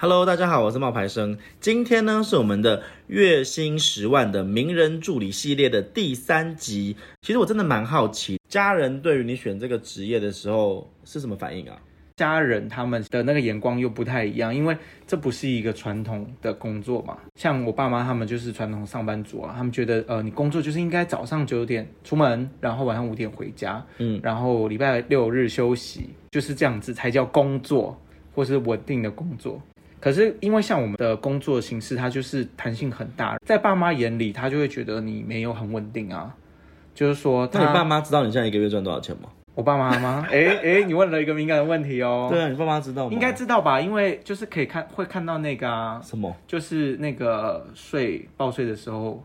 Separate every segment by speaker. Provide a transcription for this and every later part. Speaker 1: Hello，大家好，我是冒牌生。今天呢是我们的月薪十万的名人助理系列的第三集。其实我真的蛮好奇，家人对于你选这个职业的时候是什么反应啊？
Speaker 2: 家人他们的那个眼光又不太一样，因为这不是一个传统的工作嘛。像我爸妈他们就是传统上班族啊，他们觉得呃，你工作就是应该早上九点出门，然后晚上五点回家，
Speaker 1: 嗯，
Speaker 2: 然后礼拜六日休息，就是这样子才叫工作，或是稳定的工作。可是因为像我们的工作形式，它就是弹性很大，在爸妈眼里，他就会觉得你没有很稳定啊，就是说
Speaker 1: 那你爸
Speaker 2: 他，
Speaker 1: 妈知道你现在一个月赚多少钱吗？
Speaker 2: 我爸妈 吗？哎哎，你问了一个敏感的问题哦。
Speaker 1: 对啊，你爸妈知道吗？
Speaker 2: 应该知道吧？因为就是可以看会看到那个啊，
Speaker 1: 什么？
Speaker 2: 就是那个税报税的时候，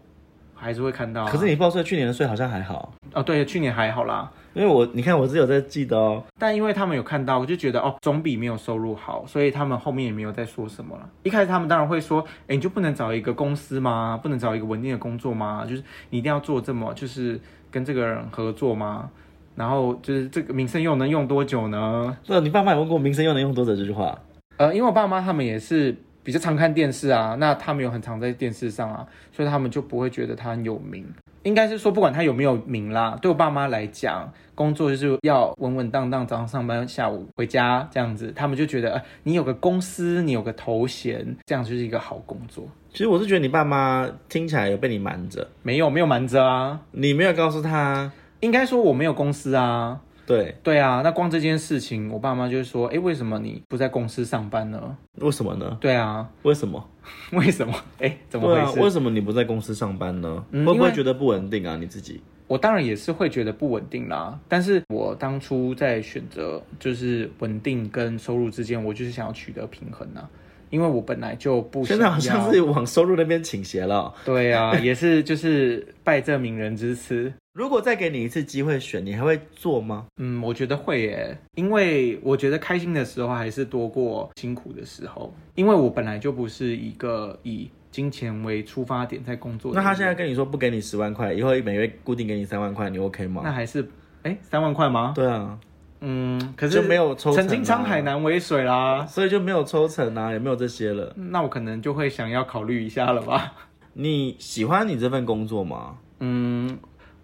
Speaker 2: 还是会看到啊、
Speaker 1: 可是你报税，去年的税好像还好，
Speaker 2: 哦，对，去年还好啦，
Speaker 1: 因为我你看我是有在记得哦。
Speaker 2: 但因为他们有看到，我就觉得哦，总比没有收入好，所以他们后面也没有再说什么了。一开始他们当然会说，哎，你就不能找一个公司吗？不能找一个稳定的工作吗？就是你一定要做这么，就是跟这个人合作吗？然后就是这个名声又能用多久呢？
Speaker 1: 对，啊你爸妈有问过民生又能用多久这句话？
Speaker 2: 呃，因为我爸妈他们也是比较常看电视啊，那他们有很常在电视上啊，所以他们就不会觉得他很有名。应该是说，不管他有没有名啦，对我爸妈来讲，工作就是要稳稳当当，早上上班，下午回家这样子，他们就觉得、呃、你有个公司，你有个头衔，这样就是一个好工作。
Speaker 1: 其实我是觉得你爸妈听起来有被你瞒着，
Speaker 2: 没有，没有瞒着啊，
Speaker 1: 你没有告诉他。
Speaker 2: 应该说我没有公司啊，
Speaker 1: 对，
Speaker 2: 对啊，那光这件事情，我爸妈就会说，哎，为什么你不在公司上班呢？
Speaker 1: 为什么呢？
Speaker 2: 对啊，
Speaker 1: 为什么？
Speaker 2: 为什么？哎，怎么
Speaker 1: 对
Speaker 2: 回
Speaker 1: 啊，
Speaker 2: 事？
Speaker 1: 为什么你不在公司上班呢？
Speaker 2: 嗯
Speaker 1: 会不
Speaker 2: 因
Speaker 1: 会
Speaker 2: 为
Speaker 1: 觉得不稳定啊？你自己？
Speaker 2: 我当然也是会觉得不稳定啦，但是我当初在选择就是稳定跟收入之间，我就是想要取得平衡啊，因为我本来就不
Speaker 1: 现
Speaker 2: 想
Speaker 1: 在
Speaker 2: 要。
Speaker 1: 好像是往收入那边倾斜了哦。
Speaker 2: 对 啊，也是就是拜这名人之赐。
Speaker 1: 如果再给你一次机会选，你还会做吗？
Speaker 2: 嗯，我觉得会耶，因为我觉得开心的时候还是多过辛苦的时候，因为我本来就不是一个以金钱为出发点在工作的
Speaker 1: 那
Speaker 2: 人。
Speaker 1: 他现在跟你说不给你十万块，以后每月固定给你三万块，你 OK
Speaker 2: 那
Speaker 1: 吗？
Speaker 2: 还是哎三万块吗？
Speaker 1: 对啊，
Speaker 2: 嗯，可是
Speaker 1: 就没有抽成啊
Speaker 2: 曾经沧海难为水啦。
Speaker 1: 所以就没有抽成啊，也没有这些了。
Speaker 2: 那我可能就会想要考虑一下了吧。
Speaker 1: 你喜欢你这份工作吗？
Speaker 2: 嗯，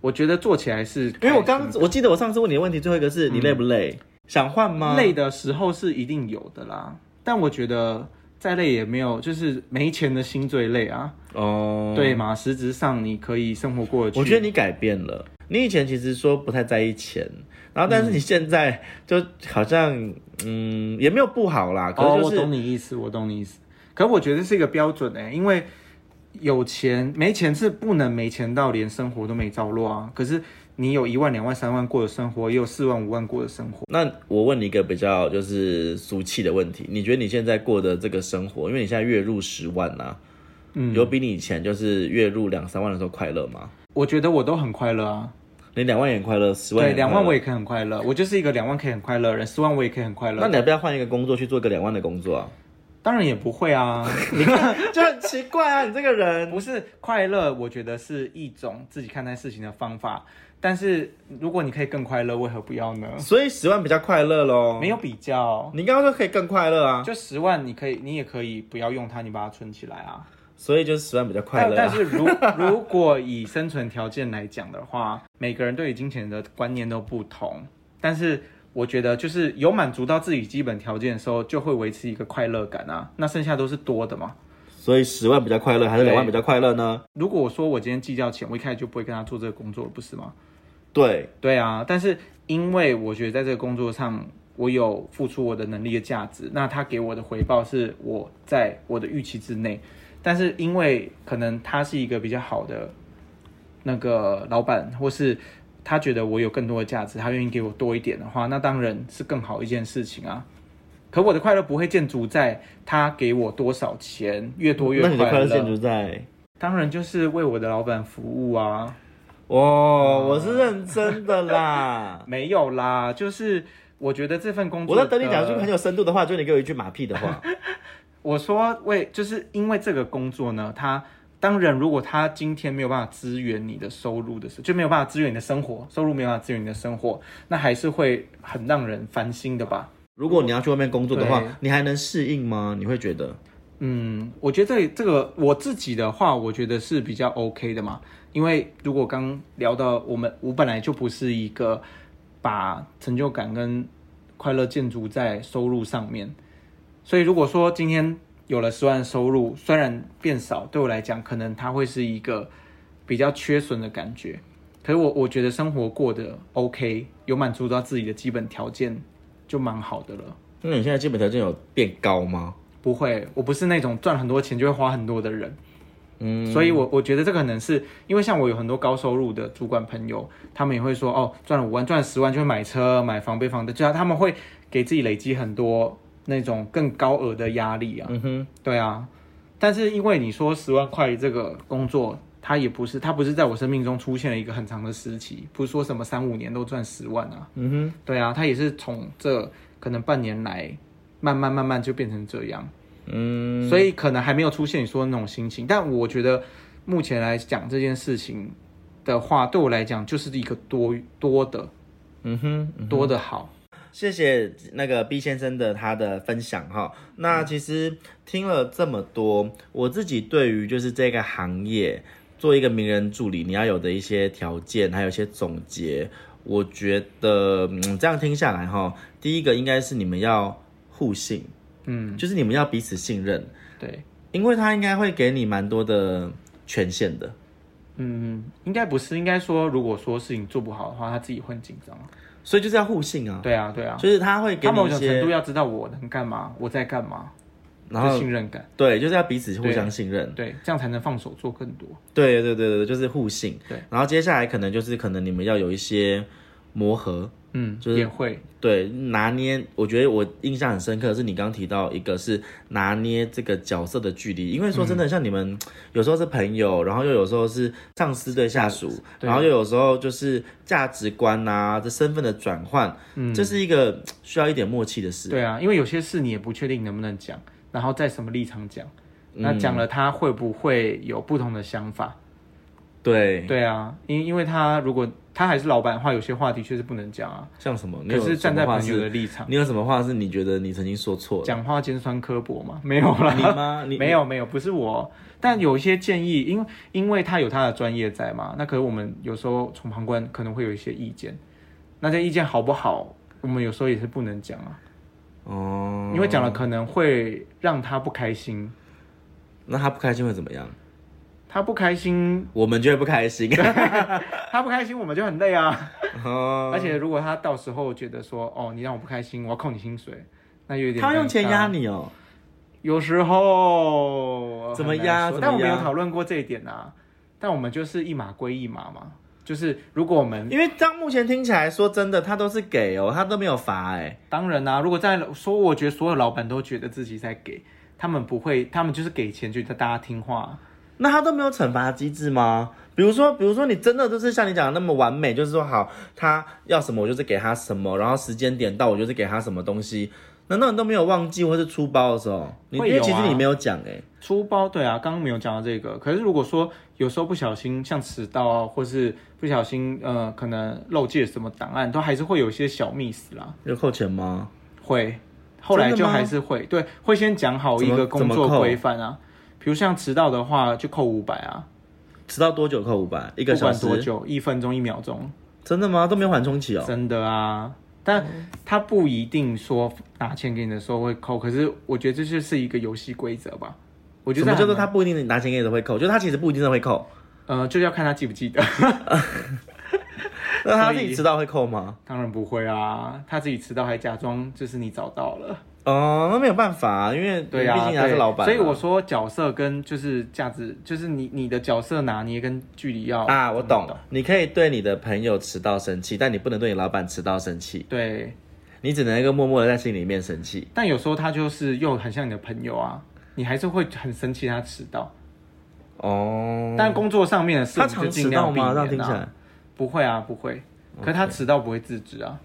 Speaker 2: 我觉得做起来是开心，嗯
Speaker 1: 因为我刚我记得我上次问你的问题，最后一个是你累不累？想换吗？
Speaker 2: 累的时候是一定有的啦，但我觉得再累也没有，就是没钱的心最累啊，
Speaker 1: 哦，
Speaker 2: 对吗？实质上你可以生活过得去。
Speaker 1: 我觉得你改变了。你以前其实说不太在意钱，然后但是你现
Speaker 2: 嗯
Speaker 1: 在就好像嗯也没有不好啦，可
Speaker 2: 哦，
Speaker 1: 是就
Speaker 2: 我
Speaker 1: 是、
Speaker 2: 懂你意思，我懂你意思。可我觉得是一个标准哎、因为有钱没钱是不能没钱到连生活都没着落啊。可是你有一万、两万、三万过的生活，也有四万、五万过的生活。
Speaker 1: 那我问你一个比较就是俗气的问题，你觉得你现在过的这个生活，因为你现在月入十万呐、
Speaker 2: 嗯，
Speaker 1: 有比你以前就是月入两三万的时候快乐吗？
Speaker 2: 我觉得我都很快乐啊。
Speaker 1: 你两万也很快乐，十万也
Speaker 2: 对，
Speaker 1: 很快乐
Speaker 2: 两万我也可以很快乐，我就是一个两万可以很快乐的人，十万我也可以很快乐。
Speaker 1: 那你要不要换一个工作去做个两万的工作 啊？
Speaker 2: 当然也不 会啊，
Speaker 1: 就很奇怪啊，你这个人。
Speaker 2: 不是快乐，我觉得是一种自己看待事情的方法。但是如果你可以更快乐，为何不要呢？
Speaker 1: 所以十万比较快乐喽。
Speaker 2: 没有比较，
Speaker 1: 你刚刚说可以更快乐啊，
Speaker 2: 就十万你可以，你也可以不要用它，你把它存起来啊。
Speaker 1: 所以就是十万比较快乐、啊
Speaker 2: 但但是如 如果以生存条件来讲的话，每个人对于金钱的观念都不同，但是。我觉得就是有满足到自己基本条件的时候，就会维持一个快乐感啊。那剩下都是多的嘛。
Speaker 1: 所以十万比较快乐，还是
Speaker 2: 对
Speaker 1: 两万比较快乐呢？
Speaker 2: 如果我说我今天计较钱，我一开始就不会跟他做这个工作了，不是吗？
Speaker 1: 对，
Speaker 2: 对啊，但是因为我觉得在这个工作上，我有付出我的能力的价值，那他给我的回报是我在我的预期之内。但是因为可能他是一个比较好的那个老板，或是他觉得我有更多的价值，他愿意给我多一点的话，那当然是更好一件事情啊。可我的快乐不会建筑在他给我多少钱，越多越
Speaker 1: 那你的快
Speaker 2: 快
Speaker 1: 乐
Speaker 2: 乐。
Speaker 1: 建筑在。
Speaker 2: 当然就是为我的老板服务啊，
Speaker 1: 哦，我是认真的 啦。
Speaker 2: 没有啦，就是我觉得这份工作，
Speaker 1: 我在等你讲一句很。有深度的话，就你给我一句马屁的 话。
Speaker 2: 我说为，就是因为这个工作呢，他当然如果他今天没有办法支援你的收入的时候，就没有办法支援你的生活，收入没有办法支援你的生活，那还是会很让人烦心的吧。
Speaker 1: 如果你要去外面工作的话
Speaker 2: 对，
Speaker 1: 你还能适应吗？你会觉得
Speaker 2: 嗯，我觉得这这个我自己的话，我觉得是比较 OK 的嘛。因为如果刚聊到我们，我本来就不是一个把成就感跟快乐建筑在收入上面，所以如果说今天有了十万收入，虽然变少，对我来讲可能它会是一个比较缺损的感觉。可是我我觉得生活过得 OK，有满足到自己的基本条件就蛮好的了。
Speaker 1: 那嗯你现在基本条件有变高吗？
Speaker 2: 不会，我不是那种赚很多钱就会花很多的人。
Speaker 1: 嗯，
Speaker 2: 所以我我觉得这个可能是因为像我有很多高收入的主管朋友，他们也会说哦，赚了五万、赚了十万就会买车、买房、被房的，就是他们会给自己累积很多那种更高额的压力啊。
Speaker 1: 嗯哼，
Speaker 2: 对啊，但是因为你说十万块这个工作，它也不是，它不是在我生命中出现了一个很长的时期，不是说什么三五年都赚十万啊。
Speaker 1: 嗯哼，
Speaker 2: 对啊，它也是从这可能半年来，慢慢慢慢就变成这样。
Speaker 1: 嗯，
Speaker 2: 所以可能还没有出现你说的那种心情。但我觉得目前来讲这件事情的话，对我来讲就是一个多多的
Speaker 1: 嗯哼，嗯
Speaker 2: 多的好。
Speaker 1: 谢谢那个 B 先生的他的分享哈。
Speaker 2: 嗯
Speaker 1: 那其实听了这么多，我自己对于就是这个行业做一个名人助理，你要有的一些条件，还有一些总结，我觉得嗯这样听下来哈，第一个应该是你们要互信，
Speaker 2: 嗯，
Speaker 1: 就是你们要彼此信任，
Speaker 2: 对，
Speaker 1: 因为他应该会给你蛮多的权限的。
Speaker 2: 嗯，应该不是，应该说如果说事情做不好的话，他自己会很紧张。啊
Speaker 1: 所以就是要互信啊，
Speaker 2: 对啊，对啊，
Speaker 1: 就是他会给
Speaker 2: 他
Speaker 1: 你
Speaker 2: 某
Speaker 1: 一
Speaker 2: 种程度
Speaker 1: 些，
Speaker 2: 要知道我能干嘛，我在干嘛，
Speaker 1: 然
Speaker 2: 就
Speaker 1: 后
Speaker 2: 信任感，
Speaker 1: 对，就是要彼此互相信任。
Speaker 2: 对，这样才能放手做更多。
Speaker 1: 对对对对，就是互信。
Speaker 2: 对，
Speaker 1: 然后接下来可能就是可能你们要有一些磨合，
Speaker 2: 嗯，
Speaker 1: 就是
Speaker 2: 也会，
Speaker 1: 对，拿捏。我觉得我印象很深刻的是你刚提到一个是拿捏这个角色的距离，因为说真的，
Speaker 2: 嗯
Speaker 1: 像你们有时候是朋友，然后又有时候是上司对下属，
Speaker 2: 对
Speaker 1: 然后又有时候就是价值观啊，这身份的转换，
Speaker 2: 嗯，
Speaker 1: 这是一个需要一点默契的事。
Speaker 2: 对啊，因为有些事你也不确定能不能讲，然后在什么立场讲，
Speaker 1: 嗯
Speaker 2: 那讲了他会不会有不同的想法？
Speaker 1: 对，
Speaker 2: 对啊，因因为他如果他还是老板的话，有些话的确是不能讲啊。
Speaker 1: 像什么？你
Speaker 2: 可
Speaker 1: 有
Speaker 2: 是
Speaker 1: 什
Speaker 2: 站
Speaker 1: 么
Speaker 2: 在
Speaker 1: 话
Speaker 2: 朋友的
Speaker 1: 是？
Speaker 2: 立场，
Speaker 1: 你有什么话是你觉得你曾经说错的？
Speaker 2: 讲话尖酸刻薄嘛？没有啦，
Speaker 1: 你 吗？你
Speaker 2: 没有没有，不是我。但有一些建议，因为因为他有他的专业在嘛，那可是我们有时候从旁观可能会有一些意见，那这意见好不好，我们有时候也是不能讲啊，
Speaker 1: 哦，
Speaker 2: 因为讲了可能会让他不开心，
Speaker 1: 那他不开心会怎么样？
Speaker 2: 他不开心，
Speaker 1: 我们就会不开 心。
Speaker 2: 他不开心我们就很累啊。
Speaker 1: 哦
Speaker 2: 而且如果他到时候觉得说，哦，你让我不开心，我要扣你薪水，那有点
Speaker 1: 他用钱压
Speaker 2: 尴尬。
Speaker 1: 你哦，
Speaker 2: 有时候
Speaker 1: 怎么
Speaker 2: 很难
Speaker 1: 压怎
Speaker 2: 说
Speaker 1: 么
Speaker 2: 但我们有
Speaker 1: 压
Speaker 2: 讨论过这一点啊。但我们就是一码归一码嘛，就是如果我们
Speaker 1: 因为到目前听起来，说真的，他都是给哦，他都没有罚哎。
Speaker 2: 当然啦、如果在说，我觉得所有老板都觉得自己在给，他们不会，他们就是给钱，觉得大家听话。
Speaker 1: 那他都没有惩罚机制吗？比如说，比如说你真的就是像你讲的那么完美，就是说好，他要什么我就是给他什么，然后时间点到我就是给他什么东西。难道你都没有忘记或是出包的时候？你因
Speaker 2: 会有啊
Speaker 1: 为其实你没有讲哎、
Speaker 2: 出包对啊，刚刚没有讲到这个。可是如果说有时候不小心像迟到啊，或是不小心呃可能漏借什么档案，都还是会有一些小 miss 啦。
Speaker 1: 有扣钱吗？
Speaker 2: 会，后来
Speaker 1: 真的
Speaker 2: 就
Speaker 1: 吗
Speaker 2: 还是会，对，会先讲好一个
Speaker 1: 怎
Speaker 2: 工
Speaker 1: 么怎么
Speaker 2: 作
Speaker 1: 扣
Speaker 2: 规范啊，比如像迟到的话就扣五百啊，
Speaker 1: 迟到多久扣五百？一
Speaker 2: 一
Speaker 1: 个小
Speaker 2: 多
Speaker 1: 时？
Speaker 2: 久，一分钟一秒钟，
Speaker 1: 真的吗？都没有缓冲期哦。
Speaker 2: 真的啊。但
Speaker 1: 嗯
Speaker 2: 他不一定说拿钱给你的时候会扣，可是我觉得这就是一个游戏规则吧。我觉
Speaker 1: 什
Speaker 2: 得
Speaker 1: 么叫
Speaker 2: 这
Speaker 1: 做
Speaker 2: 还
Speaker 1: 他不一定拿钱给你都会扣，就是他其实不一定都会扣。
Speaker 2: 蛮呃，就是要看他记不记得。
Speaker 1: 那他
Speaker 2: 所
Speaker 1: 自
Speaker 2: 以
Speaker 1: 己迟到会扣吗？
Speaker 2: 当然不会啊，他自己迟到还假装就是你早到了，
Speaker 1: 哦，那没有办法啊，因为
Speaker 2: 对啊，
Speaker 1: 毕竟他是
Speaker 2: 对
Speaker 1: 老板啊、
Speaker 2: 所以我说角色跟就是价值，就是你你的角色拿捏跟距离要
Speaker 1: 啊，我
Speaker 2: 怎么
Speaker 1: 懂，你可以对你的朋友迟到生气，但你不能对你老板迟到生气，
Speaker 2: 对，
Speaker 1: 你只能够默默的在心里面生气。
Speaker 2: 但有时候他就是又很像你的朋友啊，你还是会很生气他迟到。
Speaker 1: 哦，
Speaker 2: 但工作上面的事
Speaker 1: 他
Speaker 2: 情就
Speaker 1: 常
Speaker 2: 尽
Speaker 1: 迟
Speaker 2: 量
Speaker 1: 到
Speaker 2: 避免、
Speaker 1: 吗？
Speaker 2: 啊。
Speaker 1: 这样听起来
Speaker 2: 不会啊，不会。可是他迟到不会自知啊。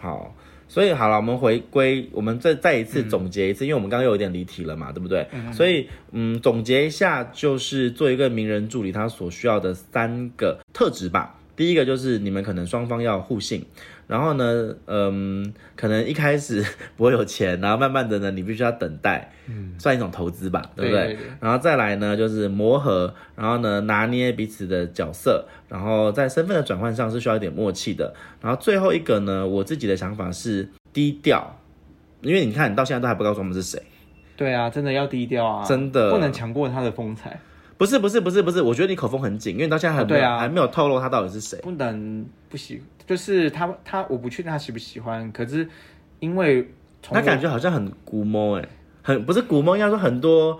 Speaker 1: 好。所以好了，我们回归，我们再再一次总结一次，因为我们刚刚有一点离题了嘛，对不对？所以嗯，总结一下，就是做一个名人助理，他所需要的三个特质吧。第一个就是你们可能双方要互信，然后呢，嗯，可能一开始不会有钱，然后慢慢的呢，你必须要等待，嗯，算一种投资吧，对不
Speaker 2: 对对对
Speaker 1: 然后再来呢，就是磨合，然后呢，拿捏彼此的角色，然后在身份的转换上是需要一点默契的。然后最后一个呢，我自己的想法是低调，因为你看你到现在都还不告诉我们是谁。
Speaker 2: 对啊，真的要低调啊，
Speaker 1: 真的
Speaker 2: 不能抢过他的风采，
Speaker 1: 不是不是不是不是，我觉得你口风很紧，因为你到现在还没有、
Speaker 2: 对啊
Speaker 1: 还没有透露他到底是谁。
Speaker 2: 不能不喜，就是他他我不确定他喜不喜欢，可是因为从
Speaker 1: 他
Speaker 2: 我
Speaker 1: 感觉好像很古摸哎，很不是古摸，应该说很多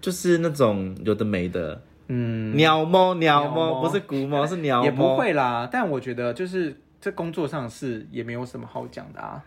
Speaker 1: 就是那种有的没的，嗯，鸟摸鸟
Speaker 2: 鸟
Speaker 1: 摸，
Speaker 2: 摸
Speaker 1: 不是古摸是鸟摸，
Speaker 2: 也不会啦，但我觉得就是这工作上是也没有什么好讲的啊，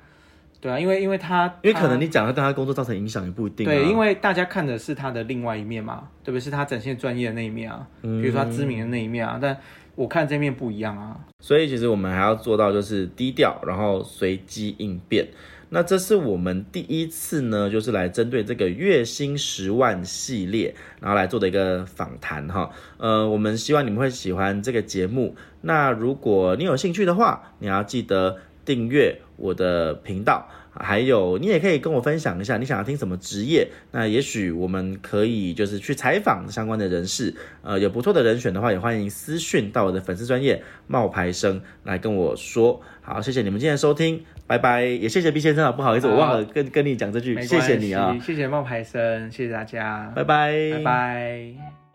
Speaker 2: 对啊，因为因为他
Speaker 1: 因为可
Speaker 2: 他
Speaker 1: 能你讲了对他工作造成影响也不一定、啊。
Speaker 2: 啊对，因为大家看的是他的另外一面嘛，对不对？是他展现专业的那一面啊，
Speaker 1: 嗯
Speaker 2: 比如说他知名的那一面啊，但我看这面不一样啊。
Speaker 1: 所以其实我们还要做到就是低调，然后随机应变。那这是我们第一次呢，就是来针对这个月薪十万系列，然后来做的一个访谈哈。呃，我们希望你们会喜欢这个节目。那如果你有兴趣的话，你要记得订阅我的频道，还有你也可以跟我分享一下你想要听什么职业。那也许我们可以就是去采访相关的人士，呃，有不错的人选的话，也欢迎私讯到我的粉丝专业冒牌生来跟我说。好，谢谢你们今天的收听，拜拜。也谢谢毕先生啊，不好意思，我忘了跟跟你讲这句，
Speaker 2: 没
Speaker 1: 嗯谢
Speaker 2: 关
Speaker 1: 谢
Speaker 2: 系
Speaker 1: 你啊，
Speaker 2: 谢谢冒牌生，谢谢大家，
Speaker 1: 拜拜，
Speaker 2: 拜拜